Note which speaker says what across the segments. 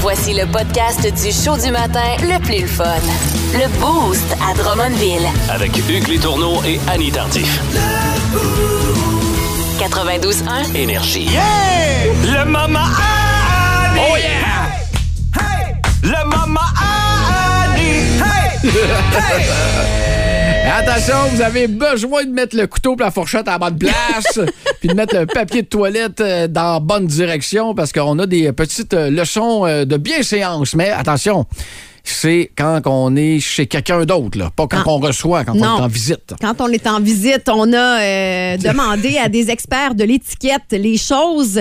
Speaker 1: Voici le podcast du show du matin le plus le fun. Le Boost à Drummondville.
Speaker 2: Avec Hugues Létourneau et Annie Tardif.
Speaker 1: 92.1.
Speaker 2: Énergie. Le maman à Annie! Oh yeah! Le maman à Annie!
Speaker 3: Attention, vous avez besoin de mettre le couteau et la fourchette à la bonne place, puis de mettre le papier de toilette euh, dans la bonne direction, parce qu'on a des petites euh, leçons euh, de bienséance. Mais attention, c'est quand on est chez quelqu'un d'autre, là, pas quand
Speaker 4: Ah.
Speaker 3: on reçoit, quand on est en visite.
Speaker 4: Quand on est en visite, on a euh, demandé à des experts de l'étiquette les choses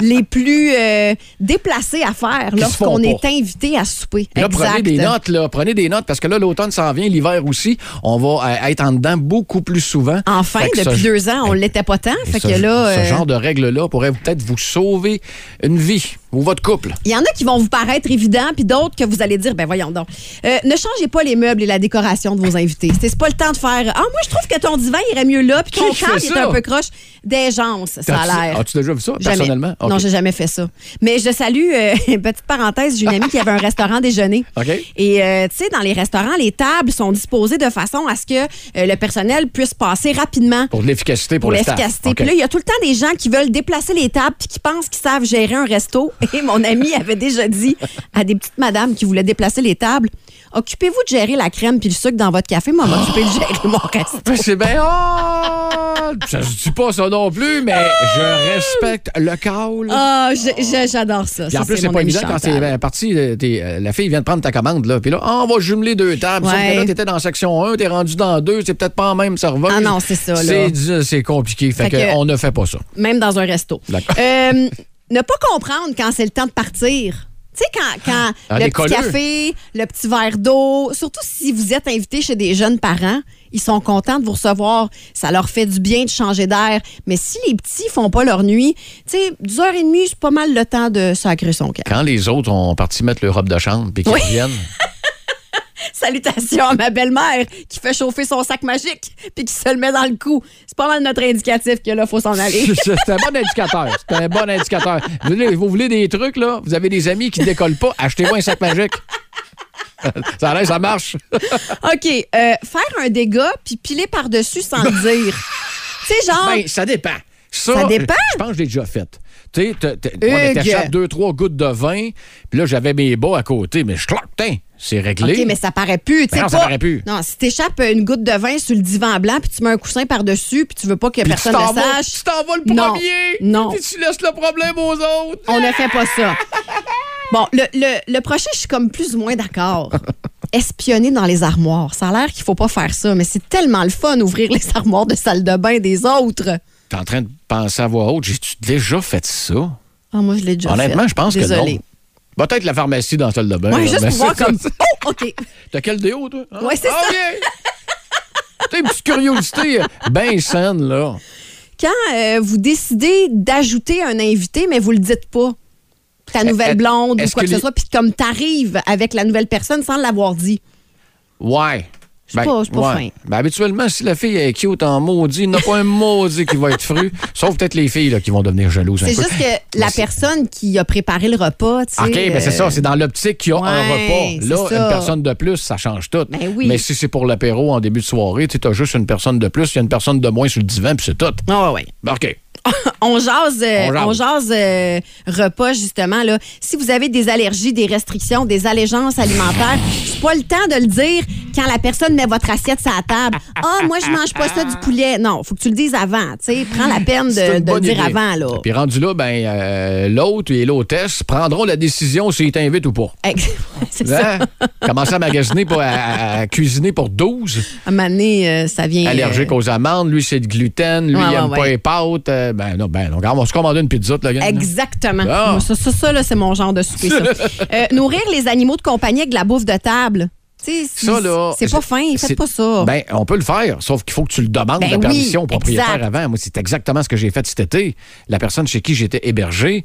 Speaker 4: les plus euh, déplacées à faire
Speaker 3: Qui se
Speaker 4: lorsqu'on
Speaker 3: font
Speaker 4: est
Speaker 3: pas.
Speaker 4: invité à souper.
Speaker 3: Là, prenez des
Speaker 4: Exact.
Speaker 3: notes, là. Prenez des notes, parce que là, l'automne s'en vient, l'hiver aussi. On va euh, être en dedans beaucoup plus souvent.
Speaker 4: Enfin,
Speaker 3: Fait que ce-
Speaker 4: depuis deux ans, on l'était pas tant. Fait
Speaker 3: ce,
Speaker 4: que là,
Speaker 3: ce
Speaker 4: euh,
Speaker 3: genre de règles-là pourrait peut-être vous sauver une vie ou votre couple.
Speaker 4: il y en a qui vont vous paraître évidents, puis d'autres que vous allez dire, ben voyons donc. Euh, ne changez pas les meubles et la décoration de vos invités. C'est c'est pas le temps de faire. Ah, moi, je trouve que ton divan irait mieux là, puis ton
Speaker 3: Qui fait
Speaker 4: cadre est
Speaker 3: ça?
Speaker 4: un peu croche. Des gens, ça a
Speaker 3: T'as-tu-
Speaker 4: l'air.
Speaker 3: As-tu déjà vu ça,
Speaker 4: Jamais.
Speaker 3: personnellement?
Speaker 4: Non,
Speaker 3: Ok.
Speaker 4: j'ai jamais fait ça. Mais je salue, euh, petite parenthèse, j'ai une amie qui avait un restaurant déjeuner.
Speaker 3: OK.
Speaker 4: Et euh, tu sais, dans les restaurants, les tables sont disposées de façon à ce que euh, le personnel puisse passer rapidement
Speaker 3: Pour de l'efficacité, pour,
Speaker 4: pour
Speaker 3: le staff.
Speaker 4: l'efficacité.
Speaker 3: OK.
Speaker 4: Puis là, il y a tout le temps des gens qui veulent déplacer les tables puis qui pensent qu'ils savent gérer un resto. Et mon ami avait déjà dit à des petites madames qui voulaient déplacer les tables, occupez-vous de gérer la crème puis le sucre dans votre café, moi, m'occuper de gérer mon resto.
Speaker 3: Ben, c'est bien. Ah! ça se dit pas ça non plus, mais je respecte le call.
Speaker 4: Ah, je- je- j'adore ça.
Speaker 3: Puis
Speaker 4: Ça,
Speaker 3: en plus, c'est
Speaker 4: mon
Speaker 3: pas
Speaker 4: ami
Speaker 3: évident quand
Speaker 4: Chantal.
Speaker 3: c'est ben, parti, euh, t'es, euh, la fille vient de prendre ta commande, là. Puis là, Ah, on va jumeler deux tables. Sauf que
Speaker 4: Ouais.
Speaker 3: là, t'étais dans section 1, t'es rendu dans 2, c'est peut-être pas en même serveur.
Speaker 4: Ah non, c'est ça, là.
Speaker 3: C'est, du- c'est compliqué. Fait,
Speaker 4: Fait
Speaker 3: que,
Speaker 4: que-
Speaker 3: on ne fait pas ça.
Speaker 4: même dans un resto.
Speaker 3: D'accord.
Speaker 4: Euh, ne pas comprendre quand c'est le temps de partir. Tu sais, quand, quand
Speaker 3: Ah,
Speaker 4: le
Speaker 3: les
Speaker 4: petit
Speaker 3: colleux.
Speaker 4: café, le petit verre d'eau, surtout si vous êtes invité chez des jeunes parents, ils sont contents de vous recevoir. Ça leur fait du bien de changer d'air. Mais si les petits font pas leur nuit, tu sais, 10h30, c'est pas mal le temps de sacrer son camp.
Speaker 3: Quand les autres ont parti mettre leur robe de chambre puis qu'ils
Speaker 4: Oui.
Speaker 3: reviennent,
Speaker 4: Salutations à ma belle-mère qui fait chauffer son sac magique puis qui se le met dans le cou. C'est pas mal notre indicatif que là, faut s'en aller.
Speaker 3: C'est c'est un bon indicateur. C'est un bon indicateur. Vous voulez, vous voulez des trucs, là? Vous avez des amis qui ne décollent pas? Achetez-vous un sac magique. Ça a l'air, ça marche.
Speaker 4: OK. euh, faire un dégât puis piler par-dessus sans le dire. Tu sais, genre.
Speaker 3: Ben, ça dépend.
Speaker 4: Ça dépend?
Speaker 3: Je pense que je l'ai déjà fait. Tu sais, t'as- t'as- moi, on
Speaker 4: Hugues.
Speaker 3: t'achète deux, trois gouttes de vin, puis là, j'avais mes bas à côté, mais je claque, tiens, c'est réglé.
Speaker 4: OK, mais ça paraît plus. tu sais
Speaker 3: Ben non, ça
Speaker 4: pas-
Speaker 3: paraît plus.
Speaker 4: Non, si t'échappes une goutte de vin sur le divan blanc puis tu mets un coussin par-dessus puis tu veux pas que
Speaker 3: Puis tu
Speaker 4: personne
Speaker 3: t'en
Speaker 4: ne
Speaker 3: vas-
Speaker 4: sache.
Speaker 3: tu t'en vas le
Speaker 4: Non,
Speaker 3: premier.
Speaker 4: Non.
Speaker 3: Puis tu laisses le problème aux autres.
Speaker 4: On ne fait pas ça. Bon, le, le- le prochain, je suis comme plus ou moins d'accord. Espionner dans les armoires. Ça a l'air qu'il faut pas faire ça, mais c'est tellement le fun ouvrir les armoires de salle de bain des autres.
Speaker 3: T'es en train de penser à voix haute. J'ai-tu déjà fait ça?
Speaker 4: Ah, moi, je l'ai déjà fait.
Speaker 3: Honnêtement, je pense que
Speaker 4: Désolée.
Speaker 3: non. Peut-être la pharmacie dans la salle de bain. là,
Speaker 4: Ouais, juste
Speaker 3: mais
Speaker 4: pour voir
Speaker 3: ça,
Speaker 4: comme.
Speaker 3: ça,
Speaker 4: Oh, OK.
Speaker 3: T'as quel déo, toi? Hein?
Speaker 4: Ouais, c'est
Speaker 3: Ah,
Speaker 4: ça.
Speaker 3: ok. T'as une petite curiosité euh, ben saine, là.
Speaker 4: quand euh, vous décidez d'ajouter un invité, mais vous le dites pas. Ta
Speaker 3: est-
Speaker 4: nouvelle blonde ou
Speaker 3: Eh, est-ce
Speaker 4: quoi
Speaker 3: que
Speaker 4: que, ce
Speaker 3: les-
Speaker 4: soit, puis comme t'arrives avec la nouvelle personne sans l'avoir dit.
Speaker 3: Ouais.
Speaker 4: suis pas- je suis pas fin.
Speaker 3: Ben, habituellement, si la fille est cute en maudit, il n'y en a pas un maudit qui va être fru. Sauf peut-être les filles là, qui vont devenir jalouses un
Speaker 4: C'est
Speaker 3: peu.
Speaker 4: juste que la
Speaker 3: Ben, c'est-
Speaker 4: personne qui a préparé le repas, tu sais.
Speaker 3: OK, ben c'est ça,
Speaker 4: euh,
Speaker 3: c'est dans l'optique qu'il y a un
Speaker 4: ouais,
Speaker 3: repas. Là,
Speaker 4: c'est ça.
Speaker 3: une personne de plus, ça change tout.
Speaker 4: Ben oui.
Speaker 3: Mais si c'est pour l'apéro en début de soirée, tu as juste une personne de plus, il y a une personne de moins sur le divan, puis c'est tout.
Speaker 4: Ah ouais, ouais.
Speaker 3: Ben, OK.
Speaker 4: On jase, euh,
Speaker 3: On jase.
Speaker 4: on jase euh, repas, justement. Là. Si vous avez des allergies, des restrictions, des allégeances alimentaires, c'est pas le temps de le dire quand la personne met votre assiette sur la table. Ah, moi, je mange pas ça du poulet. Non, faut que tu le dises avant. tu sais. Prends la peine
Speaker 3: C'est
Speaker 4: de,
Speaker 3: une
Speaker 4: de le
Speaker 3: bonne
Speaker 4: dire
Speaker 3: idée.
Speaker 4: avant. Là.
Speaker 3: Puis rendu là, ben, euh, l'hôte et l'hôtesse prendront la décision s'ils t'invitent ou pas.
Speaker 4: Ex- c'est ça.
Speaker 3: Hein? Commencer à magasiner, pour, à, à- à cuisiner pour 12.
Speaker 4: À un moment donné, euh, ça vient.
Speaker 3: Allergique
Speaker 4: euh,
Speaker 3: aux amandes, lui, c'est de gluten, lui,
Speaker 4: Ouais,
Speaker 3: il
Speaker 4: ouais,
Speaker 3: aime pas
Speaker 4: ouais.
Speaker 3: les pâtes. Euh, ben, non, ben, non, regarde, on va se commander une pizza, la gang.
Speaker 4: Exactement.
Speaker 3: Ah.
Speaker 4: Moi, Ça, ça, ça, là, c'est mon genre de souper, ça. Euh, nourrir les animaux de compagnie avec de la bouffe de table. Tu sais, si-
Speaker 3: Ça, là.
Speaker 4: C'est pas fin,
Speaker 3: c'est-
Speaker 4: faites pas ça.
Speaker 3: Ben, on peut le faire, sauf qu'il faut que tu le demandes,
Speaker 4: Ben
Speaker 3: la
Speaker 4: oui,
Speaker 3: permission au propriétaire
Speaker 4: exact.
Speaker 3: avant. Moi, c'est exactement ce que j'ai fait cet été. La personne chez qui j'étais hébergé,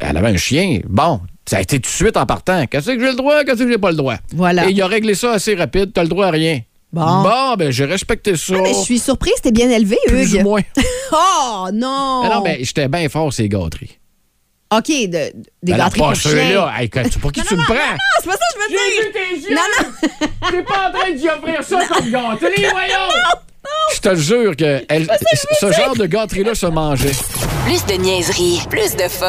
Speaker 3: elle avait un chien. Bon, ça a été tout de suite en partant. Qu'est-ce que j'ai le droit, qu'est-ce que j'ai pas le droit?
Speaker 4: Voilà.
Speaker 3: Et il a réglé ça assez rapide, t'as le droit à rien.
Speaker 4: Bon.
Speaker 3: ben, j'ai respecté ça.
Speaker 4: Mais je suis surprise, t'es bien élevé,
Speaker 3: plus ou
Speaker 4: Hugues.
Speaker 3: moins.
Speaker 4: Oh non!
Speaker 3: Mais non, mais j'étais bien fort, ces gâteries.
Speaker 4: OK, de, des
Speaker 3: Ben non,
Speaker 4: gâteries
Speaker 3: pas
Speaker 4: pour chien.
Speaker 3: ceux-là. Hey, que- pour qui tu me prends?
Speaker 4: Ah, c'est pas ça que je veux dire.
Speaker 3: yeux!
Speaker 4: Non, non.
Speaker 3: T'es pas en train d'y offrir ça comme gâterie, voyons! Je te le jure que elle- ce genre de gâterie-là se mangeait.
Speaker 1: Plus de niaiserie, plus de fun.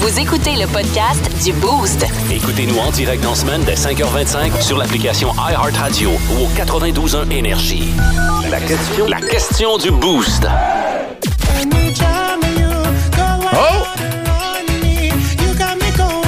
Speaker 1: Vous écoutez le podcast du Boost.
Speaker 2: Écoutez-nous en direct dans la semaine dès 5h25 sur l'application iHeartRadio ou au 92.1 Énergie. La question, la question du boost.
Speaker 3: Oh!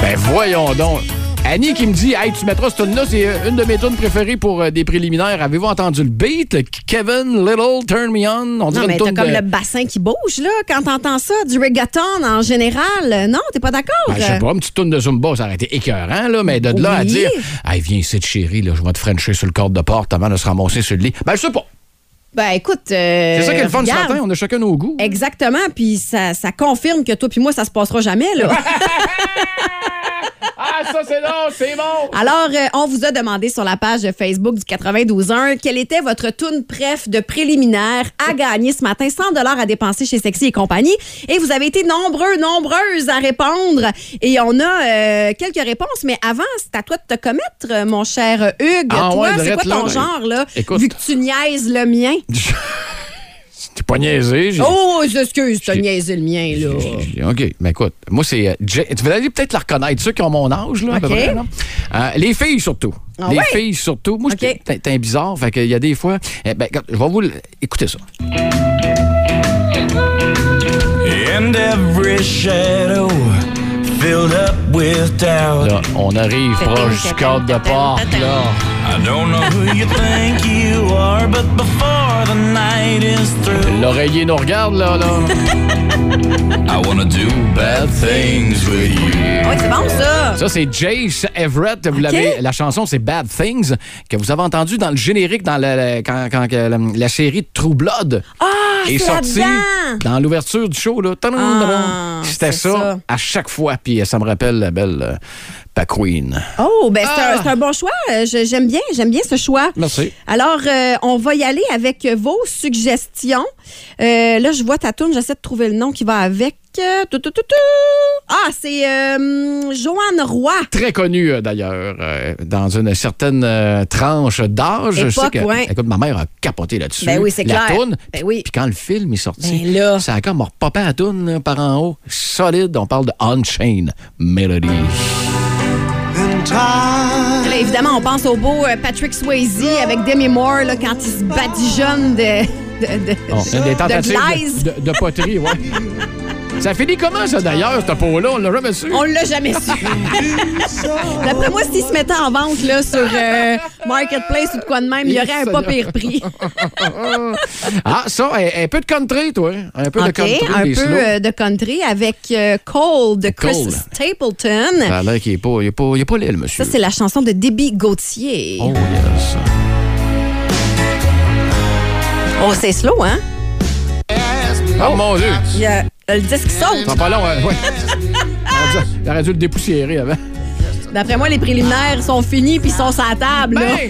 Speaker 3: Ben voyons donc. Annie qui me dit Hey, tu mettras cette tune-là, c'est euh, une de mes tunes préférées pour euh, des préliminaires. Avez-vous entendu le beat? Kevin Little, Turn Me On. On
Speaker 4: Non,
Speaker 3: dirait
Speaker 4: mais
Speaker 3: une
Speaker 4: t'as
Speaker 3: tune
Speaker 4: comme
Speaker 3: de-
Speaker 4: le bassin qui bouge, là, quand t'entends ça, du reggaeton en général. Non, t'es pas d'accord?
Speaker 3: Ben, je sais pas, une petite toune de Zumba, ça aurait été écœurant, là, mais de là à
Speaker 4: euh. Oui.
Speaker 3: dire Hey, viens ici, chérie, là, je vais te frencher sur le corps de porte avant de se ramasser sur le lit. Ben, je sais pas.
Speaker 4: Ben, écoute.
Speaker 3: C'est
Speaker 4: Euh,
Speaker 3: ça qui est le fun ce matin, on a chacun nos goûts.
Speaker 4: Exactement, puis ça, ça confirme que toi puis moi, ça se passera jamais, là.
Speaker 3: Ah, ça, c'est long, c'est bon!
Speaker 4: Alors, euh, on vous a demandé sur la page Facebook du 92.1 quelle était votre tune préf de préliminaire à gagner ce matin, 100 à dépenser chez Sexy et compagnie. Et vous avez été nombreux, nombreuses à répondre. Et on a euh, quelques réponses, mais avant, c'est à toi de te commettre, euh, mon cher Hugues.
Speaker 3: Ah
Speaker 4: toi,
Speaker 3: ouais,
Speaker 4: c'est quoi
Speaker 3: drette, là,
Speaker 4: ton
Speaker 3: ben,
Speaker 4: genre, là,
Speaker 3: écoute.
Speaker 4: vu que tu niaises le mien?
Speaker 3: T'es pas niaisé, j'ai.
Speaker 4: Oh, excuse, t'as niaisé le mien, là.
Speaker 3: J'ai- j'ai- OK, mais écoute, moi, c'est. euh, Jay- Tu vas aller peut-être la reconnaître, ceux qui ont mon âge, là, à peu
Speaker 4: OK.
Speaker 3: près, là. Euh, les filles, surtout.
Speaker 4: Ah
Speaker 3: les
Speaker 4: ouais?
Speaker 3: filles, surtout. Moi,
Speaker 4: OK.
Speaker 3: j'étais t'es un bizarre, fait qu'il y a des fois. eh ben, regarde, je vais vous. le- Écoutez ça.
Speaker 5: And every shadow filled up with doubt.
Speaker 3: Là, on arrive proche du cadre de porte, là.
Speaker 5: I don't know who you think you are, but before the night is through,
Speaker 3: L'oreiller nous regarde, là, là.
Speaker 5: I wanna do bad things with you.
Speaker 4: Ah Ouais, c'est bon, ça.
Speaker 3: Ça, c'est Jace Everett. Vous l'avez, la chanson, c'est Bad Things, que vous avez entendu dans le générique, dans la, la- quand, quand, que la, la série True Blood est
Speaker 4: Ah, c'est
Speaker 3: sortie
Speaker 4: là-dedans!
Speaker 3: dans l'ouverture du show. Là. Tadam,
Speaker 4: Ah,
Speaker 3: tadam. C'était ça,
Speaker 4: c'est ça.
Speaker 3: à chaque fois. Puis euh, ça me rappelle la belle euh, Paquin.
Speaker 4: Oh, ben c'est
Speaker 3: Ah!
Speaker 4: un- c'est un, bon choix. Euh, je- J'aime bien, j'aime bien ce choix.
Speaker 3: Merci.
Speaker 4: Alors, euh, on va y aller avec vos suggestions. Euh, là, je vois ta tourne, j'essaie de trouver le nom qui va avec. Euh, tout, tout, tout, tout. Ah, c'est euh, Joanne Roy.
Speaker 3: Très connue, euh, d'ailleurs, euh, dans une certaine euh, tranche d'âge. Je sais
Speaker 4: Époque,
Speaker 3: que,
Speaker 4: ouais.
Speaker 3: Écoute, ma mère a capoté là-dessus.
Speaker 4: Ben oui, c'est
Speaker 3: la
Speaker 4: clair.
Speaker 3: toune.
Speaker 4: Ben oui.
Speaker 3: Puis quand le film est sorti,
Speaker 4: Ben là.
Speaker 3: ça a comme repopé la toune là, par en haut. Solide, on parle de Unchained Melody.
Speaker 4: Là, évidemment, on pense au beau euh, Patrick Swayze avec Demi Moore là, quand il se badigeonne de, de, de,
Speaker 3: Bon, une des
Speaker 4: de
Speaker 3: tentatives
Speaker 4: glaise.
Speaker 3: de, de- de poterie, ouais. ça finit comment, ça, d'ailleurs, ce pot-là? On l'a jamais su.
Speaker 4: On l'a jamais su. D'après moi, s'il se mettait en vente là, sur euh, Marketplace ou de quoi de même, il y aurait un pas pire prix.
Speaker 3: Ah, ça, un, un peu de country, toi. hein? Un peu
Speaker 4: OK,
Speaker 3: de country,
Speaker 4: un
Speaker 3: des
Speaker 4: peu
Speaker 3: slow.
Speaker 4: euh, de country avec euh, Cole de Chris
Speaker 3: Cole. Ah,
Speaker 4: Stapleton.
Speaker 3: Ça a l'air qu'il n'est pas, il est pas, il est pas laid, le monsieur.
Speaker 4: Ça, c'est la chanson de Debbie Gauthier.
Speaker 3: Oh, yes.
Speaker 4: Oh, c'est slow, hein?
Speaker 3: Oh, mon Dieu.
Speaker 4: Il y a euh, le disque
Speaker 3: Ça
Speaker 4: saute.
Speaker 3: va pas long, hein? ouais. J'aurais dû- J'aurais dû le dépoussiérer avant.
Speaker 4: D'après moi, les préliminaires sont finis puis ils sont sur la table. là.
Speaker 3: Ben,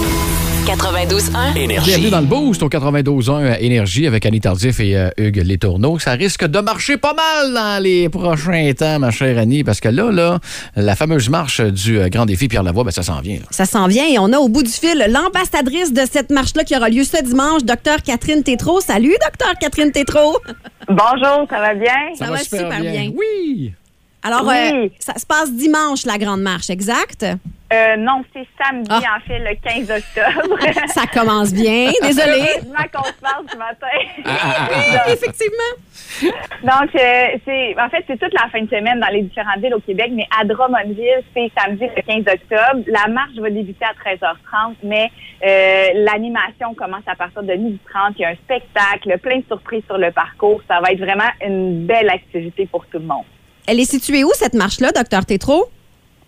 Speaker 1: 92.1.
Speaker 2: Énergie.
Speaker 3: Bienvenue dans le boost au 92.1 Énergie avec Annie Tardif et euh, Hugues Létourneau. Ça risque de marcher pas mal dans les prochains temps, ma chère Annie, parce que là, là la fameuse marche du euh, Grand Défi Pierre Lavoie, ben, ça s'en vient. là.
Speaker 4: Ça s'en vient et on a au bout du fil l'ambassadrice de cette marche-là qui aura lieu ce dimanche, Dr Catherine Tétrault. Salut, Dr Catherine Tétrault.
Speaker 6: Bonjour, ça va bien?
Speaker 4: Ça va Ah super bien.
Speaker 3: Oui!
Speaker 4: Alors,
Speaker 6: Oui.
Speaker 4: euh, ça se passe dimanche, la grande marche, exact?
Speaker 6: Euh, non, c'est samedi,
Speaker 4: Ah.
Speaker 6: en fait, le 15 octobre.
Speaker 4: Ça commence bien, désolé.
Speaker 6: Heureusement qu'on se parle ce
Speaker 4: ah,
Speaker 6: matin.
Speaker 4: Effectivement.
Speaker 6: Donc, euh, c'est en fait, c'est toute la fin de semaine dans les différentes villes au Québec, mais à Drummondville, c'est samedi le 15 octobre. La marche va débuter à 13h30, mais euh, l'animation commence à partir de 12h30. Il y a un spectacle, plein de surprises sur le parcours. Ça va être vraiment une belle activité pour tout le monde.
Speaker 4: Elle est située où, cette marche-là, Dr Tétrault?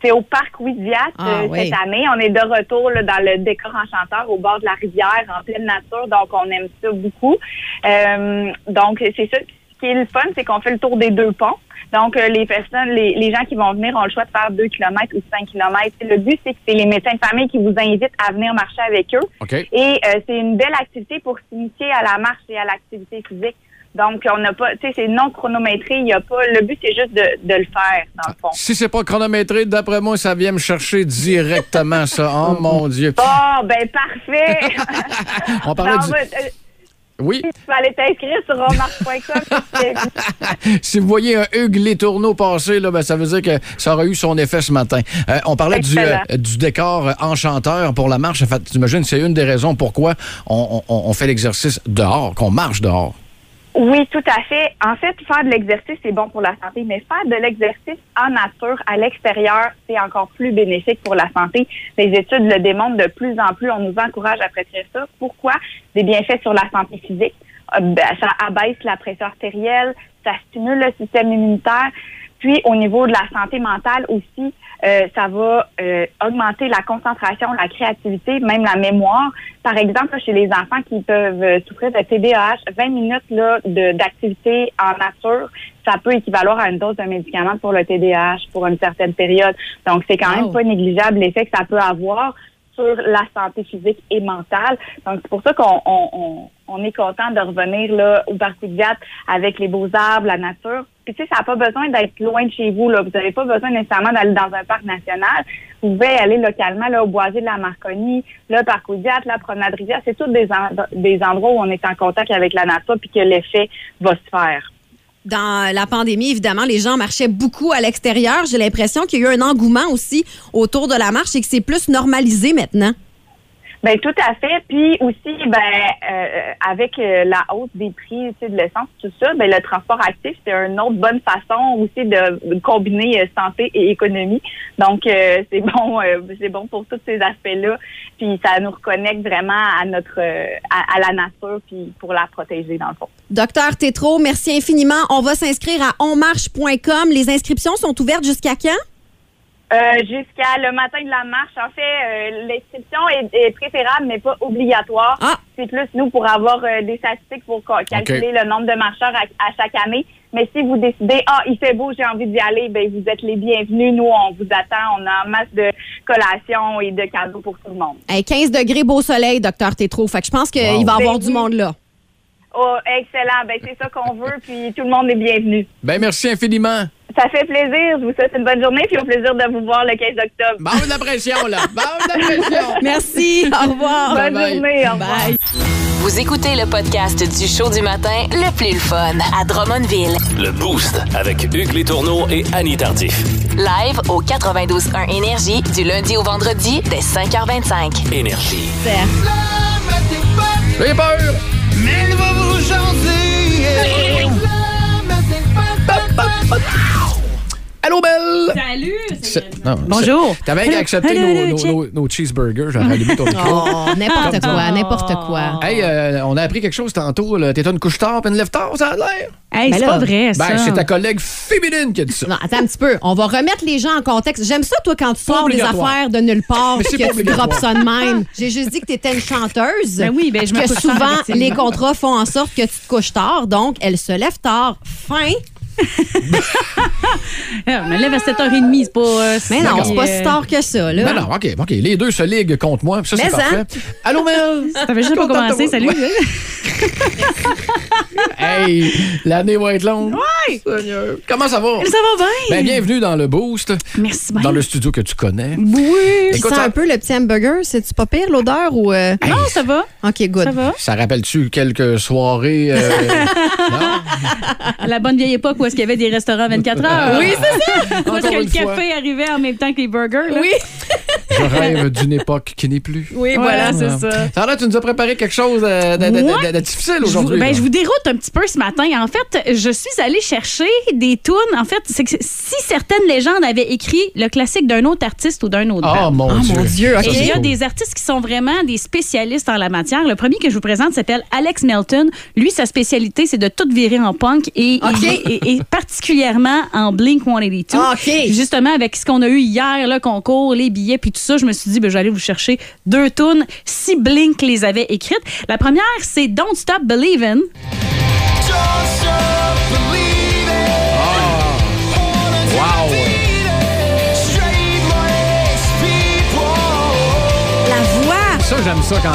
Speaker 6: C'est au parc Ouidiat
Speaker 4: Ah,
Speaker 6: euh,
Speaker 4: oui.
Speaker 6: cette année. On est de retour là, dans le décor enchanteur au bord de la rivière, en pleine nature. Donc, on aime ça beaucoup. Euh, donc, c'est ça. Puis, Ce qui est le fun, c'est qu'on fait le tour des deux ponts. Donc, euh, les personnes, les, les gens qui vont venir ont le choix de faire 2 km ou 5 km. Le but, c'est que c'est les médecins de famille qui vous invitent à venir marcher avec eux.
Speaker 3: OK.
Speaker 6: Et euh, c'est une belle activité pour s'initier à la marche et à l'activité physique. Donc, on n'a pas, tu sais, c'est non chronométré. Il y a pas, le but, c'est juste de, de le faire, dans le fond.
Speaker 3: Si c'est pas chronométré, d'après moi, ça vient me chercher directement, ça. Oh mon Dieu.
Speaker 6: Bon, ben parfait.
Speaker 3: On parlait
Speaker 6: Ben, on
Speaker 4: Ah
Speaker 3: du...
Speaker 6: va- euh,
Speaker 3: Oui,
Speaker 6: tu peux aller t'inscrire sur remarque.com. c'est-
Speaker 3: si vous voyez un Hugues Létourneau passer, là, ben, ça veut dire que ça aura eu son effet ce matin. Euh, on parlait du,
Speaker 6: Excellent.
Speaker 3: euh, du décor euh, enchanteur pour la marche. En fait, T'imagines, c'est une des raisons pourquoi on, on- on fait l'exercice dehors, qu'on marche dehors.
Speaker 6: oui, tout à fait. En fait, faire de l'exercice, c'est bon pour la santé, mais faire de l'exercice en nature, à l'extérieur, c'est encore plus bénéfique pour la santé. Les études le démontrent de plus en plus. On nous encourage à prescrire ça. Pourquoi? Des bienfaits sur la santé physique. Euh, ben, Ça abaisse la pression artérielle, ça stimule le système immunitaire. Puis au niveau de la santé mentale aussi, euh, ça va euh, augmenter la concentration, la créativité, même la mémoire. Par exemple, là, chez les enfants qui peuvent euh, souffrir de TDAH, 20 minutes là, de- d'activité en nature, ça peut équivaloir à une dose de médicament pour le TDAH pour une certaine période. Donc, c'est quand
Speaker 4: Wow.
Speaker 6: même pas négligeable l'effet que ça peut avoir sur la santé physique et mentale. Donc, c'est pour ça qu'on on, on- on est content de revenir là, au Parc Oudiat avec les beaux arbres, la nature. Puis, tu sais, ça n'a pas besoin d'être loin de chez vous. Là. Vous n'avez pas besoin nécessairement d'aller dans un parc national. Vous pouvez aller localement là, au Boisier de la Marconie, le Parc Oudiat, la Promenade Rivière. C'est tous des, en- des endroits où on est en contact avec la nature puis que l'effet va se faire.
Speaker 4: Dans la pandémie, évidemment, les gens marchaient beaucoup à l'extérieur. J'ai l'impression qu'il y a eu un engouement aussi autour de la marche et que c'est plus normalisé maintenant.
Speaker 6: Ben tout à fait. Puis aussi, ben euh, avec euh, la hausse des prix, tu sais, de l'essence, tout ça, ben le transport actif c'est une autre bonne façon aussi de combiner euh, santé et économie. Donc euh, c'est bon, euh, c'est bon pour tous ces aspects-là. Puis ça nous reconnecte vraiment à notre, euh, à, à la nature, puis pour la protéger dans le fond.
Speaker 4: Docteur Tétrault, merci infiniment. On va s'inscrire à onmarche.com. Les inscriptions sont ouvertes jusqu'à quand?
Speaker 6: Euh, jusqu'à le matin de la marche. En fait, euh, l'inscription est, est préférable, mais pas obligatoire.
Speaker 4: Ah.
Speaker 6: C'est plus nous pour avoir euh, des statistiques pour ca- calculer le nombre de marcheurs à, à chaque année. Mais si vous décidez, ah, il fait beau, j'ai envie d'y aller, ben vous êtes les bienvenus. Nous, on vous attend. On a en masse de collations et de cadeaux pour tout le monde.
Speaker 4: Hey, 15 degrés, beau soleil, docteur Tétrault. Fait que je pense qu'il
Speaker 3: Wow.
Speaker 4: va y avoir
Speaker 6: Ben
Speaker 4: du
Speaker 6: oui.
Speaker 4: monde là.
Speaker 6: Oh, excellent. Ben c'est ça qu'on veut. Puis tout le monde est bienvenu.
Speaker 3: Ben merci infiniment.
Speaker 6: Ça fait plaisir. Je vous souhaite une bonne journée. Puis au plaisir de vous voir le 15 octobre.
Speaker 3: Barre de la pression, là. Barre de la pression.
Speaker 4: Merci. Au revoir.
Speaker 6: Bonne
Speaker 3: bye.
Speaker 6: journée. Au revoir.
Speaker 4: Bye.
Speaker 1: Vous écoutez le podcast du show du matin le plus le fun à Drummondville.
Speaker 2: Le boost avec Hugues Létourneau et Annie Tardif.
Speaker 1: Live au 92.1 Énergie du lundi au vendredi dès 5h25.
Speaker 2: Énergie.
Speaker 3: J'ai peur. Allô, Belle! Salut! Bonjour! T'avais qu'à accepter nos, nos- nos- nos cheeseburgers, j'aurais allumé ton micro.
Speaker 4: Oh, n'importe quoi, n'importe quoi.
Speaker 3: Hey, euh, on a appris quelque chose tantôt. là. T'étais une couche tard puis une lève tard, ça a l'air?
Speaker 7: Hey,
Speaker 4: Ben
Speaker 7: c'est
Speaker 4: là,
Speaker 7: pas vrai, ça.
Speaker 3: Ben, c'est ta collègue féminine qui a dit ça.
Speaker 4: Non, attends un petit peu. On va remettre les gens en contexte. J'aime ça, toi, quand tu
Speaker 3: Pas
Speaker 4: sors des
Speaker 3: obligatoire.
Speaker 4: affaires de nulle part
Speaker 3: Mais
Speaker 4: puis
Speaker 3: c'est pas
Speaker 4: que tu
Speaker 3: obligatoire.
Speaker 4: drops ça de même. J'ai juste dit que tu étais une chanteuse.
Speaker 7: Ben oui, ben, je me
Speaker 4: Que
Speaker 7: couche tard,
Speaker 4: souvent,
Speaker 7: effectivement.
Speaker 4: les contrats font en sorte que tu te couches tard. Donc, elle se lève tard. Fin.
Speaker 7: Je me Ah, lève à 7h30, c'est pas. euh,
Speaker 4: Mais
Speaker 7: si-
Speaker 4: non, c'est pas
Speaker 7: euh,
Speaker 4: si tard que ça, là.
Speaker 3: Ben non, OK, OK. Les deux se liguent contre moi. puis Ça, c'est
Speaker 4: Mais
Speaker 3: parfait.
Speaker 4: hein.
Speaker 3: Allô, Mel?
Speaker 7: Ça fait juste pas
Speaker 3: Content de
Speaker 7: commencer,
Speaker 3: te-
Speaker 7: salut. hein?
Speaker 3: Ouais. Hey, l'année va être longue.
Speaker 7: Ouais.
Speaker 3: Seigneur. Comment ça va?
Speaker 7: Ça va bien?
Speaker 3: Ben, bienvenue dans le Boost,
Speaker 7: Merci bien.
Speaker 3: dans le studio que tu connais.
Speaker 7: Oui.
Speaker 4: Tu
Speaker 3: Écoute,
Speaker 4: sens
Speaker 3: ça-
Speaker 4: un peu le petit hamburger, c'est-tu pas pire l'odeur ou. euh,
Speaker 7: Non, ça va.
Speaker 4: OK, good.
Speaker 7: Ça va.
Speaker 3: Ça rappelle-tu quelques soirées? euh, non?
Speaker 7: À la bonne vieille époque où est-ce qu'il y avait des restaurants 24 heures. Oui, c'est ça. Où est-ce que
Speaker 3: Encore
Speaker 7: le
Speaker 3: une fois.
Speaker 7: café arrivait en même temps que les burgers. là. Ouais,
Speaker 3: Je rêve d'une époque qui n'est plus.
Speaker 7: Oui, voilà, c'est ça.
Speaker 3: Sarah, tu nous as préparé quelque chose euh, de, de- de-
Speaker 7: Ouais.
Speaker 3: de- de difficile
Speaker 7: Je vous,
Speaker 3: aujourd'hui.
Speaker 7: ben,
Speaker 3: là.
Speaker 7: je vous déroute un petit peu ce matin. En fait, je suis allée chercher des tunes. En fait, c'est que si certaines légendes avaient écrit le classique d'un autre artiste ou d'un autre
Speaker 3: Oh
Speaker 7: band.
Speaker 3: mon
Speaker 4: Oh,
Speaker 3: Dieu.
Speaker 4: mon Dieu,
Speaker 3: Ça,
Speaker 7: Et
Speaker 3: c'est
Speaker 7: il y a
Speaker 3: cool.
Speaker 7: des artistes qui sont vraiment des spécialistes en la matière. Le premier que je vous présente s'appelle Alex Melton. Lui, sa spécialité, c'est de tout virer en punk et,
Speaker 4: OK.
Speaker 7: et- et- et particulièrement en Blink 182.
Speaker 4: OK.
Speaker 7: Justement, avec ce qu'on a eu hier, le concours, les billets, puis tout ça, je me suis dit, ben, j'allais vous chercher deux tunes si Blink les avait écrites. La première, c'est Don't Stop Believin'.
Speaker 4: La voix!
Speaker 3: Ça, j'aime ça quand.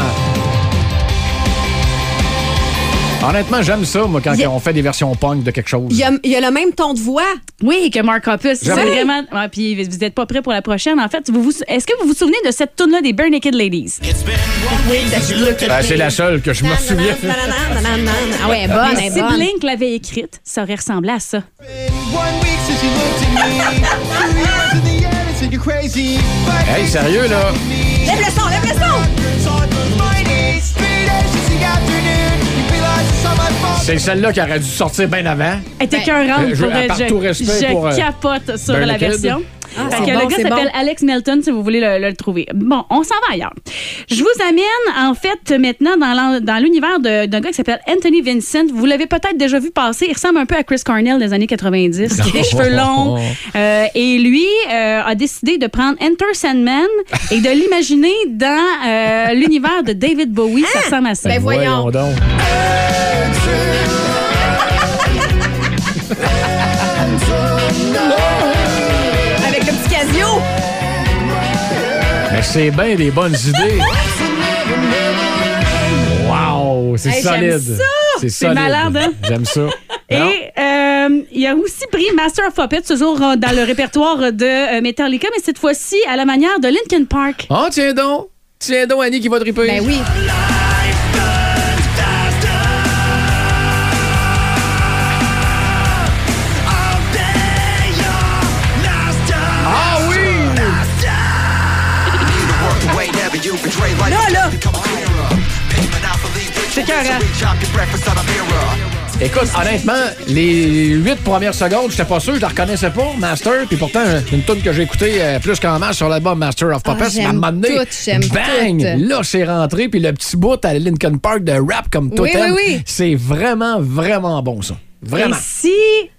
Speaker 3: Honnêtement, j'aime ça, moi, quand
Speaker 4: Il y a-
Speaker 3: on fait des versions punk de quelque chose.
Speaker 4: Il y a, il y a le même ton de voix.
Speaker 7: Oui, que Mark Hoppus, c'est
Speaker 3: J'avoue.
Speaker 7: vraiment... Ouais, puis vous n'êtes pas prêt pour la prochaine. En fait, vous vous... est-ce que vous vous souvenez de cette tune là des Bare Naked Ladies?
Speaker 3: Ben, c'est la seule que je me souviens.
Speaker 4: Ah ouais, elle est bonne,
Speaker 7: Mais
Speaker 4: elle
Speaker 7: si
Speaker 4: est bonne.
Speaker 7: Blink l'avait écrite, ça aurait ressemblé à ça.
Speaker 3: Hey, sérieux, là?
Speaker 4: Lève le son, lève le son!
Speaker 3: C'est celle-là qui aurait dû sortir bien avant.
Speaker 4: Ben,
Speaker 7: Elle était qu'un
Speaker 3: euh, je- à part tout
Speaker 7: je,
Speaker 3: respect pour, euh,
Speaker 7: capote sur
Speaker 3: Burn
Speaker 7: la
Speaker 3: the Kid.
Speaker 7: version.
Speaker 4: Ah,
Speaker 7: Fait
Speaker 4: c'est
Speaker 7: que
Speaker 4: bon,
Speaker 7: le gars
Speaker 4: c'est
Speaker 7: s'appelle
Speaker 4: bon.
Speaker 7: Alex Melton, si vous voulez le, le- le trouver. Bon, on s'en va ailleurs. Je vous amène, en fait, maintenant dans l'en- dans l'univers de- d'un gars qui s'appelle Anthony Vincent. Vous l'avez peut-être déjà vu passer. Il ressemble un peu à Chris Cornell des années 90. Les cheveux longs. Euh, et lui euh, a décidé de prendre Enter Sandman et de l'imaginer dans euh, l'univers de David Bowie. Ça ressemble à ça.
Speaker 4: Ben, voyons.
Speaker 3: donc.
Speaker 4: Avec le petit casio!
Speaker 3: Mais c'est bien des bonnes idées. Wow, c'est
Speaker 4: Hey, j'aime
Speaker 3: solide.
Speaker 4: ça.
Speaker 3: C'est
Speaker 7: C'est
Speaker 3: solide.
Speaker 7: malade, hein?
Speaker 3: J'aime ça.
Speaker 7: Et
Speaker 3: Non?
Speaker 7: euh, il a aussi pris Master of Puppets, toujours euh, dans le répertoire de euh, Metallica, mais cette fois-ci à la manière de Linkin Park.
Speaker 3: Oh, tiens donc. Tiens donc, Annie qui va triper.
Speaker 4: Ben oui.
Speaker 3: Ah oui!
Speaker 4: Là, là!
Speaker 7: C'est carré.
Speaker 3: Écoute, honnêtement, les huit premières secondes, j'étais pas sûr, je la reconnaissais pas, Master, puis pourtant, c'est une tune que j'ai écoutée euh, plus qu'en masse sur l'album Master of Puppets,
Speaker 4: Ah, j'aime
Speaker 3: à un moment donné,
Speaker 4: tout, j'aime
Speaker 3: bang,
Speaker 4: tout.
Speaker 3: là, c'est rentré, puis le petit bout à Linkin Park de rap comme tout
Speaker 4: Oui, oui, oui.
Speaker 3: c'est vraiment, vraiment bon, ça.
Speaker 7: Et
Speaker 3: Vraiment.
Speaker 7: si,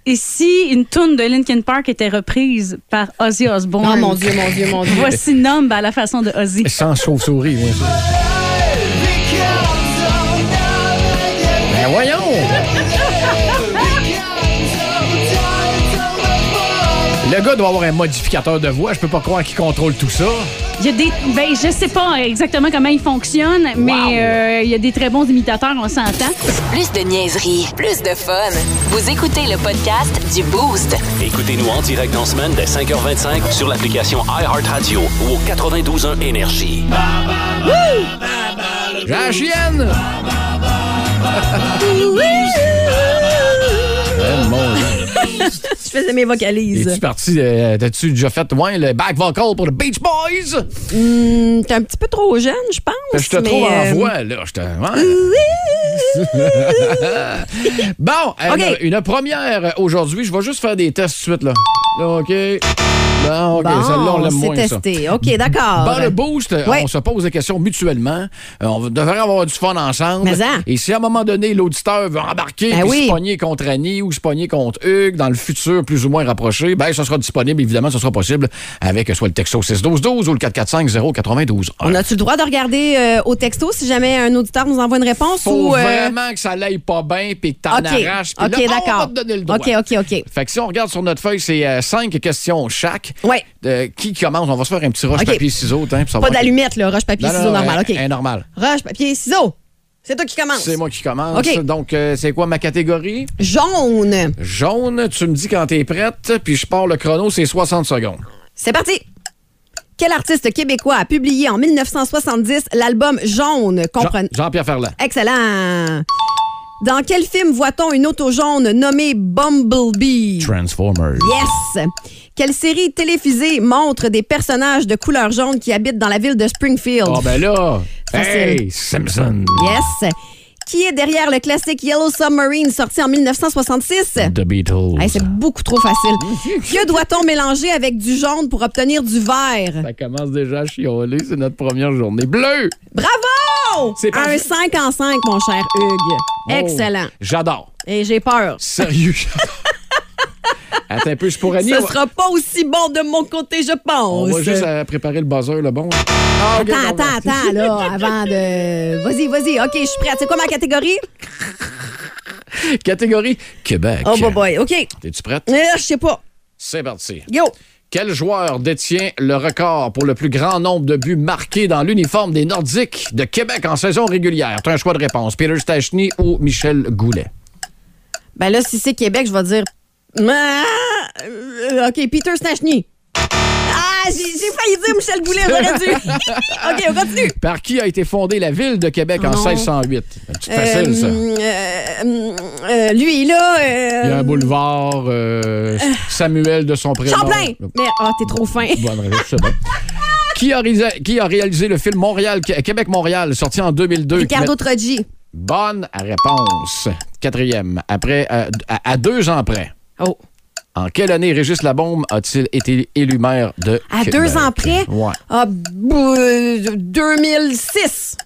Speaker 7: et si une tune de Linkin Park était reprise par Ozzy Osbourne?
Speaker 4: Oh mon Dieu, mon Dieu, mon Dieu.
Speaker 7: Voici Numb à la façon de Ozzy.
Speaker 3: Sans chauve-souris, bien sûr. Ben voyons! Le gars doit avoir un modificateur de voix, je peux pas croire qu'il contrôle tout ça.
Speaker 7: Il y a des, ben, je sais pas exactement comment il fonctionne, mais euh, il y a des très bons imitateurs, on s'entend.
Speaker 1: Plus de niaiserie, plus de fun. Vous écoutez le podcast du Boost.
Speaker 2: Écoutez-nous en direct dans la semaine dès 5h25 sur l'application iHeartRadio ou au 92.1 Énergie.
Speaker 3: J'ai la chienne! Eh, mon Dieu.
Speaker 4: Je faisais mes vocalises.
Speaker 3: Es-tu parti, euh, t'as-tu déjà fait ouais, le back vocal pour le Beach Boys?
Speaker 4: Hum, T'es un petit peu trop jeune, je pense.
Speaker 3: Ben, Je te
Speaker 4: mais,
Speaker 3: trouve en
Speaker 4: euh,
Speaker 3: voix, là. Je te... ouais. bon, euh,
Speaker 4: OK.
Speaker 3: une, une première aujourd'hui. Je vais juste faire des tests tout de suite, là. Là, OK. Bon, OK,
Speaker 4: Bon,
Speaker 3: celle-là, on l'aime
Speaker 4: c'est
Speaker 3: moins, ça.
Speaker 4: testé. OK, d'accord.
Speaker 3: Dans le boost, euh,
Speaker 4: Ouais.
Speaker 3: on se pose des questions mutuellement. Euh, On devrait avoir du fun ensemble.
Speaker 4: Mais ça.
Speaker 3: Et si à un moment donné, l'auditeur veut embarquer
Speaker 4: Ben
Speaker 3: puis
Speaker 4: oui.
Speaker 3: se pogner contre Annie ou se pogner contre Hugues dans le futur plus ou moins rapproché, ben ça sera disponible. Évidemment, ça sera possible avec euh, soit le texto 61212 ou le 445 092
Speaker 4: On a-tu le droit de regarder euh, au texto si jamais un auditeur nous envoie une réponse
Speaker 3: Faut
Speaker 4: ou. euh,
Speaker 3: vraiment que ça l'aille pas bien puis que t'en
Speaker 4: OK,
Speaker 3: arraches. puis
Speaker 4: OK,
Speaker 3: là, on va
Speaker 4: d'accord.
Speaker 3: te donner le droit.
Speaker 4: OK, OK, OK.
Speaker 3: Fait que si on regarde sur notre feuille, c'est euh, cinq questions chaque.
Speaker 4: Ouais.
Speaker 3: Euh, qui commence? On va se faire un petit roche
Speaker 4: OK.
Speaker 3: papier ciseaux. hein, puis ça va-
Speaker 4: Pas d'allumette, là. Roche, papier,
Speaker 3: Non, non,
Speaker 4: ciseaux,
Speaker 3: non,
Speaker 4: normal. OK.
Speaker 3: un- un normal.
Speaker 4: Roche, papier, ciseaux. C'est toi qui commence.
Speaker 3: C'est moi qui commence.
Speaker 4: OK.
Speaker 3: Donc, euh, c'est quoi ma catégorie?
Speaker 4: Jaune.
Speaker 3: Jaune, tu me dis quand t'es prête, puis je pars le chrono, c'est 60 secondes.
Speaker 4: C'est parti. Quel artiste québécois a publié en 1970 l'album Jaune? Comprenez.
Speaker 3: Jean- Jean-Pierre Ferland.
Speaker 4: Excellent. Dans quel film voit-on une auto jaune nommée Bumblebee?
Speaker 3: Transformers.
Speaker 4: Yes! Quelle série télévisée montre des personnages de couleur jaune qui habitent dans la ville de Springfield?
Speaker 3: Oh, ben là!
Speaker 4: Facile.
Speaker 3: Hey, Simpson.
Speaker 4: Yes! Qui est derrière le classique Yellow Submarine sorti en 1966?
Speaker 3: The Beatles.
Speaker 4: Hey, c'est beaucoup trop facile. que doit-on mélanger avec du jaune pour obtenir du vert?
Speaker 3: ça commence déjà à chialer, c'est notre première journée. Bleu!
Speaker 4: Bravo!
Speaker 3: C'est parfait.
Speaker 4: Un 5 en 5, mon cher Hugues. Excellent.
Speaker 3: Oh, J'adore.
Speaker 4: Et j'ai peur.
Speaker 3: Sérieux. Attends un peu, je pourrais nier.
Speaker 4: Ce sera pas aussi bon de mon côté, je
Speaker 3: On
Speaker 4: pense.
Speaker 3: va juste euh, préparer le buzzer, le bon. hein. Ah,
Speaker 4: Attends, attends, attends, là, avant de. Vas-y, vas-y. OK, je suis prête. C'est quoi ma catégorie?
Speaker 3: Catégorie Québec.
Speaker 4: Oh, boy, boy. OK.
Speaker 3: T'es-tu prête?
Speaker 4: Euh, je sais pas.
Speaker 3: C'est parti.
Speaker 4: Yo.
Speaker 3: Quel joueur détient le record pour le plus grand nombre de buts marqués dans l'uniforme des Nordiques de Québec en saison régulière? T'as un choix de réponse. Peter Stachny ou Michel Goulet?
Speaker 4: Ben là, si c'est Québec, je vais dire. Ah, euh, OK, Peter Stachny. Ah, j'ai j'ai failli dire Michel Boulet, j'aurais dû. OK, on continue.
Speaker 3: Par qui a été fondée la ville de Québec en
Speaker 4: Non.
Speaker 3: 1608? Un petit facile, ça.
Speaker 4: Euh, euh, euh, lui, là. euh,
Speaker 3: Il y a un boulevard euh, Samuel de son prénom.
Speaker 4: Champlain! Mais, ah, t'es trop fin.
Speaker 3: Bonne réponse, c'est bon. Qui a, réalisé, qui a réalisé le film Montréal, Québec-Montréal, sorti en 2002? qui met-
Speaker 4: Ricardo Troggi.
Speaker 3: Bonne réponse. Quatrième. Après, euh, à, à deux ans près.
Speaker 4: Oh.
Speaker 3: En quelle année Régis Labombe a-t-il été élu maire de
Speaker 4: À
Speaker 3: Québec?
Speaker 4: deux ans près?
Speaker 3: Ouais.
Speaker 4: Ah, bou- euh, 2006.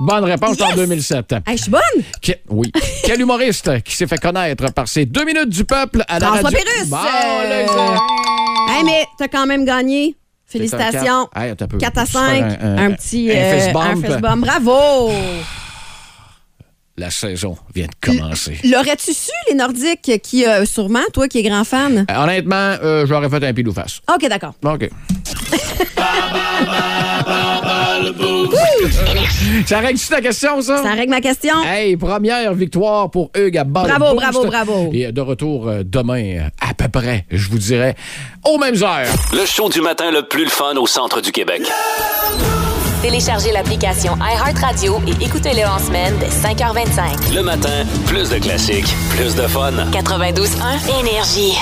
Speaker 3: Bonne réponse
Speaker 4: Yes!
Speaker 3: en 2007.
Speaker 4: Hey, je suis bonne.
Speaker 3: Que- oui. Quel humoriste qui s'est fait connaître par ses deux minutes du peuple à la
Speaker 4: François
Speaker 3: radio?
Speaker 4: Pérusse!
Speaker 3: Bon,
Speaker 4: Euh,
Speaker 3: là, c'est-
Speaker 4: Hey, mais t'as quand même gagné. Félicitations.
Speaker 3: C'est un quatre- Hey, attends un peu.
Speaker 4: 4 à
Speaker 3: Je vais faire
Speaker 4: 5. Un, petit.
Speaker 3: un
Speaker 4: euh,
Speaker 3: fist bump.
Speaker 4: un fist bump. Bravo.
Speaker 3: La saison vient de commencer.
Speaker 4: L'aurais-tu su, les Nordiques, qui, euh, sûrement, toi qui es grand fan?
Speaker 3: Euh, Honnêtement, euh, j'aurais fait un pile ou face.
Speaker 4: OK, d'accord.
Speaker 3: OK. ça règle ta question, ça?
Speaker 4: Ça règle ma question.
Speaker 3: Hey, première victoire pour Hugues à Bas.
Speaker 4: Bravo,
Speaker 3: Boost.
Speaker 4: bravo, bravo.
Speaker 3: Et de retour euh, demain, euh, à peu près, je vous dirais, aux mêmes heures.
Speaker 2: Le show du matin le plus le fun au centre du Québec.
Speaker 1: Téléchargez l'application iHeartRadio et écoutez-le en semaine dès 5h25.
Speaker 2: Le matin, plus de classiques, plus de fun.
Speaker 1: 92.1 Énergie.